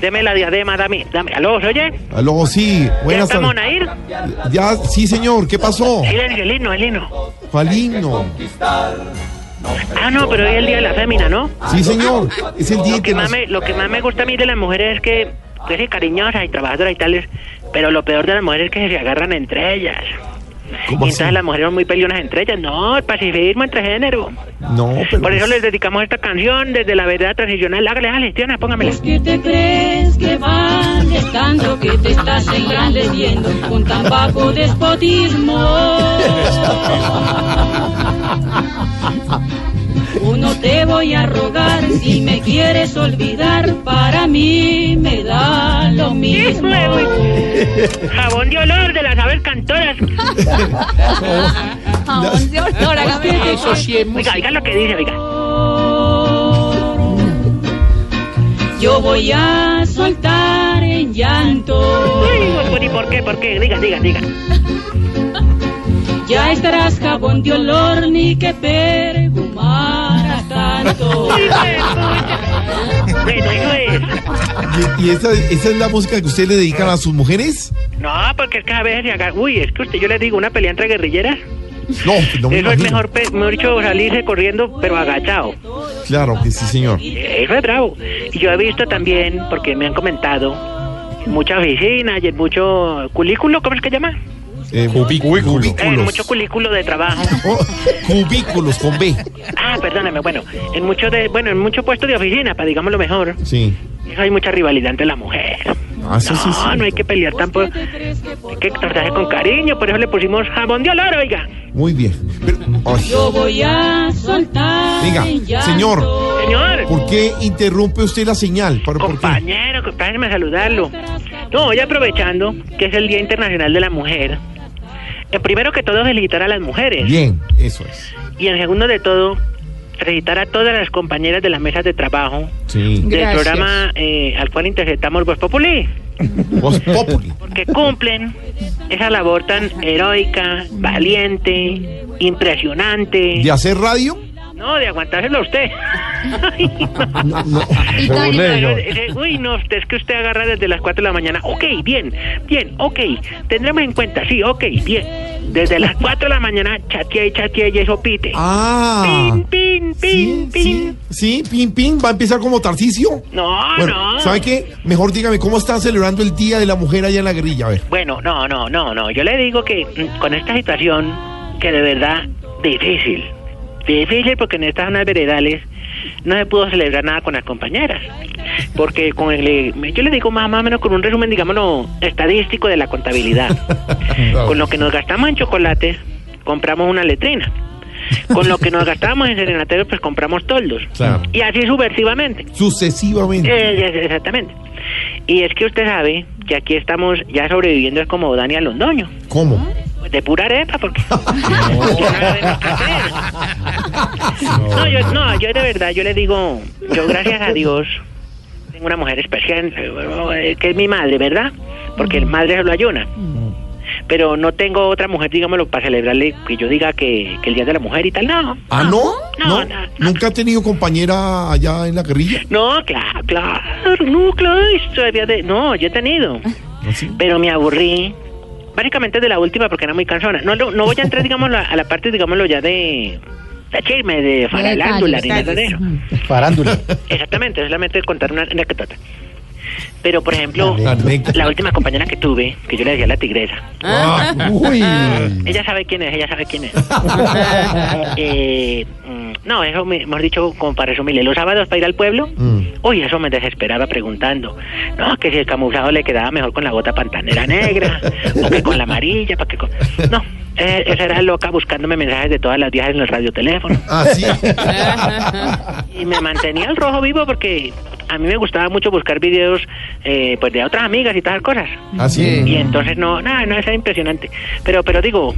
Deme la diadema, dame, dame. ¿Aló, se oye? aló, sí, ¿Ya buenas estamos tardes. ahí? Ya, sí, señor, ¿qué pasó? El, el himno, el himno. ¿Cuál himno? Ah, no, pero hoy es el día de la fémina, Ah, ¿no? Sí, señor, es el día Lo que, más internacional. me, lo que más me gusta a mí de las mujeres es que que es cariñosas y trabajadoras y tales, pero lo peor de las mujeres es que se agarran entre ellas. ¿Cómo y así? entonces las mujeres son muy peleonas entre ellas. No, el pacifismo entre género. No, pero... pues, Por eso les dedicamos esta canción desde la verdad transicional. Hágale, hágale, Tiana, póngamela. ¿Qué te crees que vale tanto que te estás engrandeciendo con tan bajo despotismo? Uno te voy a rogar si me quieres olvidar, para mí me da lo mismo. Jabón de olor de las aves cantoras. Jabón de olor, hágame el favor. Oiga, oiga lo que dice, oiga. Yo voy a soltar en llanto. Ay, pues, ¿Y por qué? ¿Por qué? Diga, diga, diga. Ya estarás jabón de olor ni que perfumaras tanto. pues, Bueno, eso es. ¿Y, y esa, esa es la música que usted le dedican a sus mujeres? No, porque es que a veces se agarra. Uy, es que usted, yo les digo, una pelea entre guerrilleras. No, no me Eso es imagino. mejor, pe- mejor dicho, salirse corriendo, pero agachado. Claro que sí, señor. Eso es bravo. Y yo he visto también, porque me han comentado, en muchas oficinas y en mucho culículo, ¿cómo es que se llama? Eh, cubículos. En mucho culículo de trabajo. Oh, cubículos con B. Ah, perdóname, bueno, en mucho de, bueno, en mucho puesto de oficina, para digámoslo mejor. Sí. Eso hay mucha rivalidad entre la mujer. Ah, eso sí, No, sí. no hay que pelear tampoco. Hay que tratarse con cariño, pues. por eso le pusimos jabón de olor, oiga. Muy bien. Pero, ay, Yo voy a soltar Venga, en llanto. señor. Señor, ¿por qué interrumpe usted la señal? ¿Por, por qué? compañero, compañero, me saludarlo. No, y aprovechando que es el Día Internacional de la Mujer, eh, primero que todo felicitar a las mujeres Bien, eso es. y en segundo de todo felicitar a todas las compañeras de las mesas de trabajo Sí. del programa eh, al cual interceptamos Voz Populi, Voz Populi. porque cumplen esa labor tan heroica, valiente, impresionante. ¿De hacer radio? No, de aguantárselo a usted. Ay, No, no. Y tan- pero, eh, Uy, no, es que usted agarra desde las 4 de la mañana. Ok, bien, bien, ok. Tendremos en cuenta, sí, ok, bien. Desde las 4 de la mañana chatea y chatea y eso pite. Ah. Pin, pin, pin, Sí, sí, pin. sí, pin, pin. Va a empezar como Tarcicio. No, Bueno, no. ¿sabe qué? Mejor dígame, ¿cómo están celebrando el Día de la Mujer allá en la guerrilla? A ver. Bueno, no, no, no, no. Yo le digo que mm, con esta situación, que de verdad, difícil. Difícil porque en estas zonas veredales no se pudo celebrar nada con las compañeras. Porque con el, eh, yo le digo más, más o menos con un resumen, digámoslo, estadístico de la contabilidad. con lo que nos gastamos en chocolates, compramos una letrina. Con lo que nos gastamos en serenateros, pues compramos toldos. Claro. Y así subversivamente. Sucesivamente. Eh, ya, ya, exactamente. Y es que usted sabe que aquí estamos ya sobreviviendo es como Daniel Londoño. ¿Cómo? Pues de pura arepa, porque... Yo no veo qué hacer. No, yo, no, yo de verdad, yo le digo, yo gracias a Dios tengo una mujer especial, eh, que es mi madre, ¿verdad? Porque el madre se lo ayuna. Pero no tengo otra mujer, digámoslo, para celebrarle que yo diga que, que el Día de la Mujer y tal, no. ¿Ah, no? No, no, no. ¿Nunca ha tenido compañera allá en la guerrilla? No, claro, claro, no, claro, esto había de- No, yo he tenido. ¿No, ¿Ah, sí? pero me aburrí. Básicamente de la última porque era muy cansona. No, no, no voy a entrar, digámoslo, a la parte, digámoslo, ya de... De chisme, de farándula, ni nada de eso. Farándula. Exactamente, solamente contar una anécdota. Pero, por ejemplo, La anécdota. la última compañera que tuve, que yo le decía la tigresa, Ah, uy. ella sabe quién es, ella sabe quién es. Eh, mm, No, eso, me- mejor dicho, como para resumirle, los sábados para ir al pueblo, Mm. uy, eso me desesperaba preguntando. No, que si el camuflado le quedaba mejor con la bota pantanera negra, o que con la amarilla, para que con... No, eh, esa era loca buscándome mensajes de todas las viejas en el radioteléfono. Ah, sí. Y me mantenía el rojo vivo porque a mí me gustaba mucho buscar videos eh, pues de otras amigas y todas esas cosas. Ah, sí. Y entonces no, nada, no, eso era impresionante. Pero, pero digo,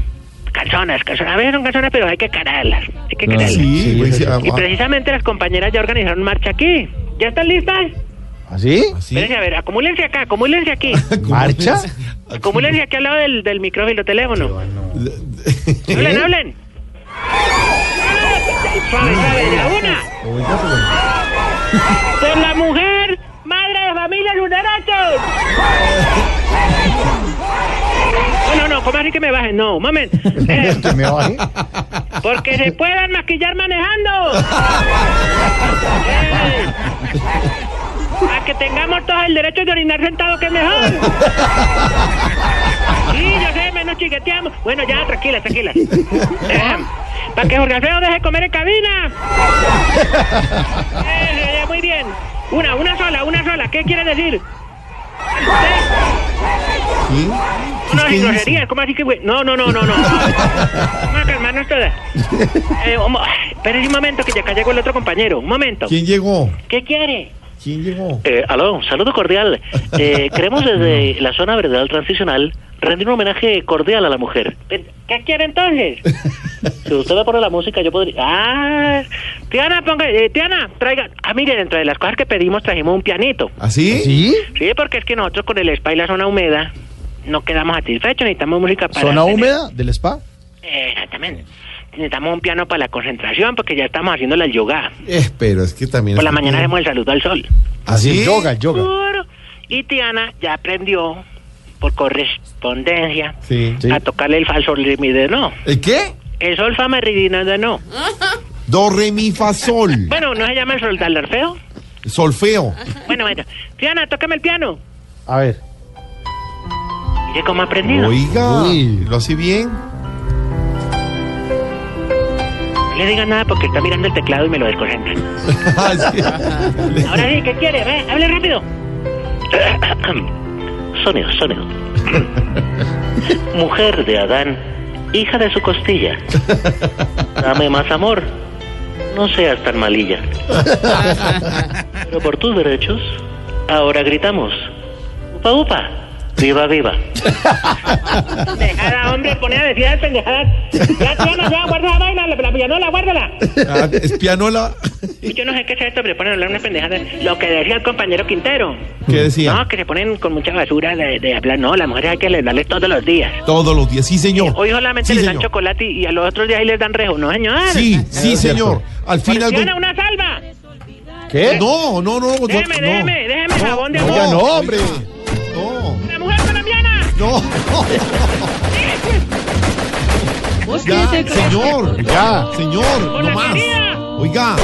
calzonas, calzonas, a veces son calzonas, pero hay que cararlas, hay que cararlas. Sí, güey, sí, ah, Y precisamente las compañeras ya organizaron marcha aquí. ¿Ya están listas? ¿Así? ah, sí. Espérense, a ver, acumúlense acá, acumúlense aquí. ¿Marcha? acumúlense aquí al lado del, del micrófono y teléfono. Hablen, ¿Eh? hablen. Suave, suave, ya, una. Por la mujer, madre de familia, sus derechos. No, no, no, ¿cómo así que me bajen? No, mamen. Eh, ¿Que me baje? porque se puedan maquillar manejando. Eh, a que tengamos todos el derecho de orinar sentado, que es mejor. Sí, yo sé, menos chiqueteamos. Bueno, ya, tranquilas, tranquilas. Para que Jorge Alfredo deje de comer en cabina. Eh, eh, muy bien. Una, una sola, una sola. ¿Qué quiere decir? ¿Sí? No, ¿Qué sin dice? groserías, ¿cómo así que güey? No, no, no, no, no. Vamos a calmarnos todas. Eh, un mo- espérense un momento que ya acá llegó el otro compañero. Un momento. ¿Quién llegó? ¿Qué quiere? ¿Quién llegó? Eh, aló, saludo cordial. Eh, queremos desde la zona veredal transicional rendir un homenaje cordial a la mujer. ¿Qué quiere entonces? si usted me pone la música, yo podría... ¡Ah! Tiana, ponga... eh, Tiana, traiga... Ah, miren, entre las cosas que pedimos trajimos un pianito. ¿Así? ¿Sí? Sí, porque es que nosotros con el spa y la zona húmeda no quedamos satisfechos, necesitamos música para... ¿Zona tener- húmeda del spa? Eh, Exactamente. Necesitamos un piano para la concentración porque ya estamos haciendo la yoga. Eh, pero es que también. Por la mañana hacemos el saludo al sol. ¿Así? El yoga, el yoga. Puro. Y Tiana ya aprendió por correspondencia Sí. Sí. a tocarle el falso mi de no. ¿El qué? El sol fa meridina de no. Do, re, mi, fa, sol. Bueno, ¿no se llama el sol del orfeo? Solfeo. Bueno, bueno. Tiana, tócame el piano. A ver. Mire cómo ha aprendido. Oiga, Uy. lo hace bien. No le digan nada porque está mirando el teclado y me lo desconcentran. Ahora sí, ¿qué quiere? Ve, hable rápido. Sonido, sonido. Mujer de Adán, hija de su costilla. Dame más amor. No seas tan malilla. Pero por tus derechos, ahora gritamos. Upa, upa. Viva, viva. Dejada, hombre, ponía a decir esas pendejadas. Ya, ya, no, ya, guarda la vaina, la, la pianola, guárdala. Ah, es pianola. Yo no sé qué es esto, pero ponen a hablar una pendejada. Lo que decía el compañero Quintero. ¿Qué decía? No, que se ponen con mucha basura de, de hablar. No, las mujeres hay que les darles todos los días. Todos los días. Sí, señor. Hoy solamente Sí, les dan señor. chocolate y, y a los otros días ahí les dan rejo. No, señor. Sí, sí, Es cierto. señor. Al fin algo. Cristiana, una salva. ¿Qué? No, no, no. no, Déjeme, no. déjeme, déjeme jabón de no, Oiga, amor. no, hombre. No, Una mujer colombiana. no. ¿Vos qué Ya, te crees? señor. Ya. Señor, Por no la más. comida. Oiga,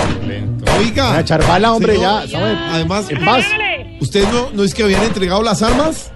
oiga. A echar bala, hombre, Señor, ya, estamos en- Además, en paz. Hágale. ¿usted no, no es que habían entregado las armas?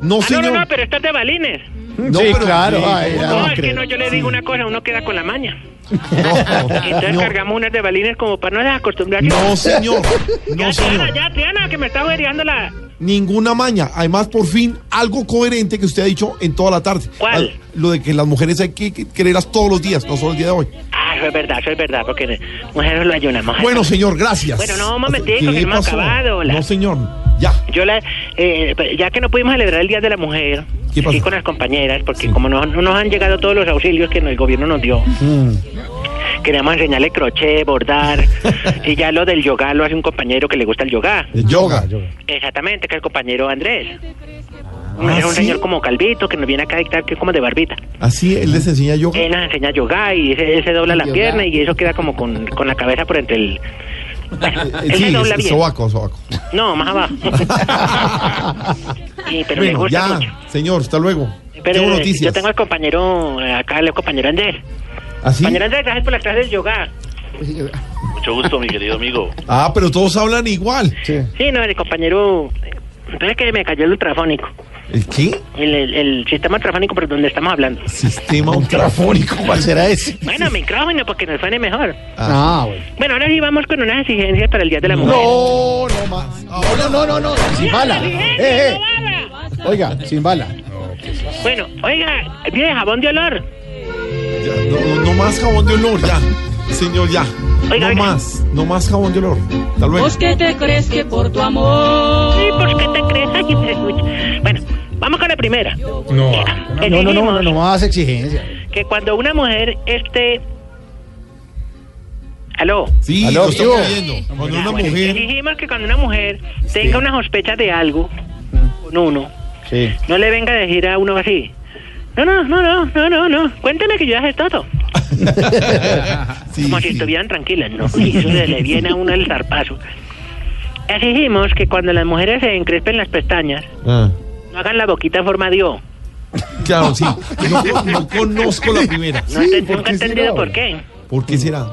No, Ah, no, señor. Ah, no, no, pero esto es de balines. No, sí, pero- claro. sí, ay, ¿cómo ya, No, no es que creo. no, yo le digo una cosa, uno queda con la maña. Y No, entonces no, cargamos unas de balines como para no acostumbrarse. no, señor. ya, No, señor. Triana, ya, Triana, que me está jodiendo la... Ninguna maña. Además, por fin, algo coherente que usted ha dicho en toda la tarde. ¿Cuál? Ah, Lo de que las mujeres hay que que quererlas todos los días, no solo el día de hoy. Ah, eso es verdad, eso es verdad, porque mujeres lo ayunamos. Bueno, señor, gracias. Bueno, no, un momentico, ¿Qué que no hemos pasó? acabado, la- No, señor. Ya. Ah, Yo la, eh, pues, ya que no pudimos celebrar el Día de la Mujer, ¿Qué pasó? aquí con las compañeras, porque Sí. como no, no nos han llegado todos los auxilios que el gobierno nos dio, Mm. queríamos enseñarle crochet, bordar, y ya lo del yoga lo hace un compañero que le gusta el yoga. El yoga. Exactamente, que es el compañero Andrés. Ah, es un ¿sí? señor como calvito que nos viene acá a dictar que es como de barbita. Así él les enseña yoga. Él nos enseña yoga y ese, ese dobla la pierna y eso queda como con, con la cabeza por entre el... Bueno, Eh, él me sí, dobla es- bien. sobaco, sobaco. No, más abajo. sí, pero me bueno, gusta ya, mucho. señor, hasta luego. Pero tengo eh, noticias. yo tengo al compañero, eh, acá el compañero Andrés. ¿Así? Compañero Andrés, gracias por la clase de yoga. Mucho gusto, mi querido amigo. Ah, pero todos hablan igual. Sí. Sí, no, el compañero... Entonces que me cayó el ultrafónico. ¿El ¿Eh, qué? El, el- el sistema trafánico por donde estamos hablando. Sistema ultrafónico. ¿Cuál será ese? Bueno, micrófono, porque nos suene mejor. Ah, bueno. Bueno, ahora sí vamos con unas exigencias para el Día de la Mujer. No, no más. Ah, No, no, no, no. Sin bala. Eh, eh. Oiga, sin bala. Bueno, oiga, ¿tiene jabón de olor? Ya, no, no más jabón de olor, ya. Señor, ya. Oiga, no oiga. más, no más jabón de olor. Hasta luego. ¿Vos que te crees que por tu amor? Sí, ¿por qué te crees? Ay, me escucha. Bueno, vamos con la primera. No. No, no, no, no, Exigimos no más exigencia. Que cuando una mujer esté... Aló. Sí, Aló, lo estoy ¿qué hubo? oyendo. Cuando una Bueno, mujer. Exigimos que cuando una mujer tenga unas sospechas de algo con uno, Mm. Sí. no le venga a decir a uno así. No, no, no, no, no, no, no. Cuéntame que yo ya sé todo. Sí, Como si sí. estuvieran tranquilas, ¿no? Y eso se le viene a uno el zarpazo. Exigimos que cuando las mujeres se encrespen las pestañas, Ah, no hagan la boquita en forma de O. Claro, sí. No, no conozco la primera. No Sí, te- ¿por nunca he qué será, entendido hombre? por qué. ¿Por qué será?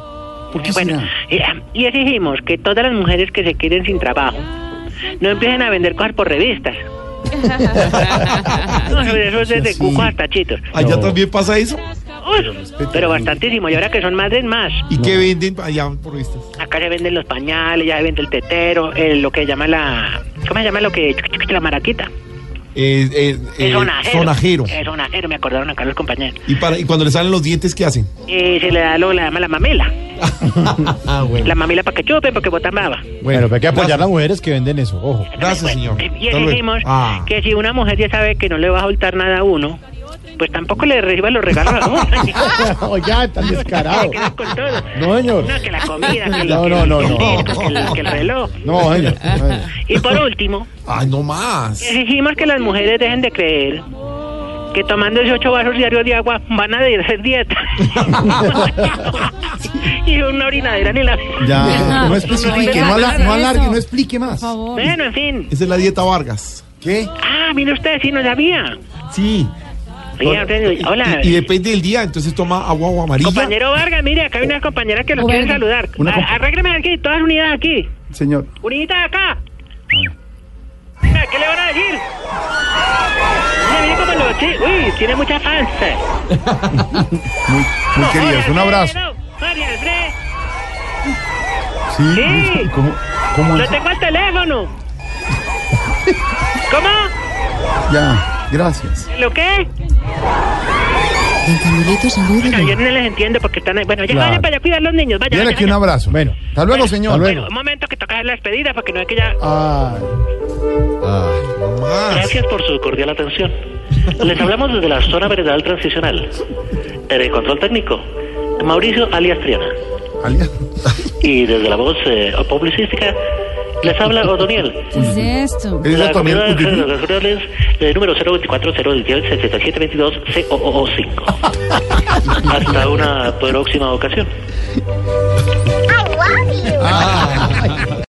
¿Por qué Bueno, será? y, ah, y exigimos que todas las mujeres que se queden sin trabajo no empiecen a vender cosas por revistas. No, sobre eso es desde Ah, sí. cucos hasta chitos. ¿Allá No. también pasa eso? Uy, pero bastantísimo, y ahora que son madres más. ¿Y qué venden allá por vistas? Acá se venden los pañales, ya se vende el tetero, el- lo que llama la... ¿Cómo se llama lo que... la maraquita? Eh, eh, eh, El sonajero. sonajero. El sonajero, me acordaron acá los compañeros. ¿Y, para, y cuando le salen los dientes, ¿qué hacen? Eh, se le da lo que le llama la mamela. ah, bueno. La mamela para que chupen, porque botan baba. Bueno, pero hay que apoyar a gracias. las mujeres que venden eso, ojo. Gracias, señor. Y Hasta luego. exigimos Ah. que si una mujer ya sabe que no le va a soltar nada a uno, pues tampoco le reciba los regalos a uno. Oiga, tan descarado. Que se quede con todo. No, señor. No, que la comida, que el- No, que no, el no, no. disco, que el- que el reloj. No, señor. no, señor. Y por último, Ay, no más. exigimos que las mujeres dejen de creer que tomándose ocho vasos diarios de agua van a hacer dieta. y una orinadera ni la... Ya, no especifique, especifique, no no, ala- no alargue, alargue, no no explique más. Bueno, en fin. Esa es la dieta Vargas. ¿Qué? Ah, mire usted, sí, no sabía. Sí. Oiga, usted- Hola. Y, y depende del día, entonces toma agua o amarilla. Compañero Vargas, mire, acá hay unas compañeras que los Una quieren compa- saludar. una compa- A- Arrégleme aquí, todas unidas aquí. Señor. Uniditas acá. Venga, ¿qué le van a decir? Mire, mire cómo lo- sí, Uy, tiene mucha fans. Muy queridos, un abrazo. María Alfred, Sí. pues, Sí. ¿Cómo? ¿Cómo? lo tengo al teléfono. ¿Cómo? Ya, gracias. ¿Lo qué? Bueno, yo no les entiendo porque están ahí. Bueno, ya Claro. vayan para allá a cuidar a los niños. Vaya, Bien, vaya, aquí un vaya. abrazo. Bueno, hasta luego, señor. Ah, Hasta Bueno, un momento que toca hacer la despedida porque no es que ya... Ay, No más. Gracias por su cordial atención. Les hablamos desde la zona veredal transicional. En el control técnico, Mauricio alias Triana. alias. Y desde la voz eh, publicística, les habla Otoniel. ¿Qué es esto? ¿Eres La la comunidad de también? los regionales, eh, número 024-018-7722-COO5. Hasta una próxima ocasión.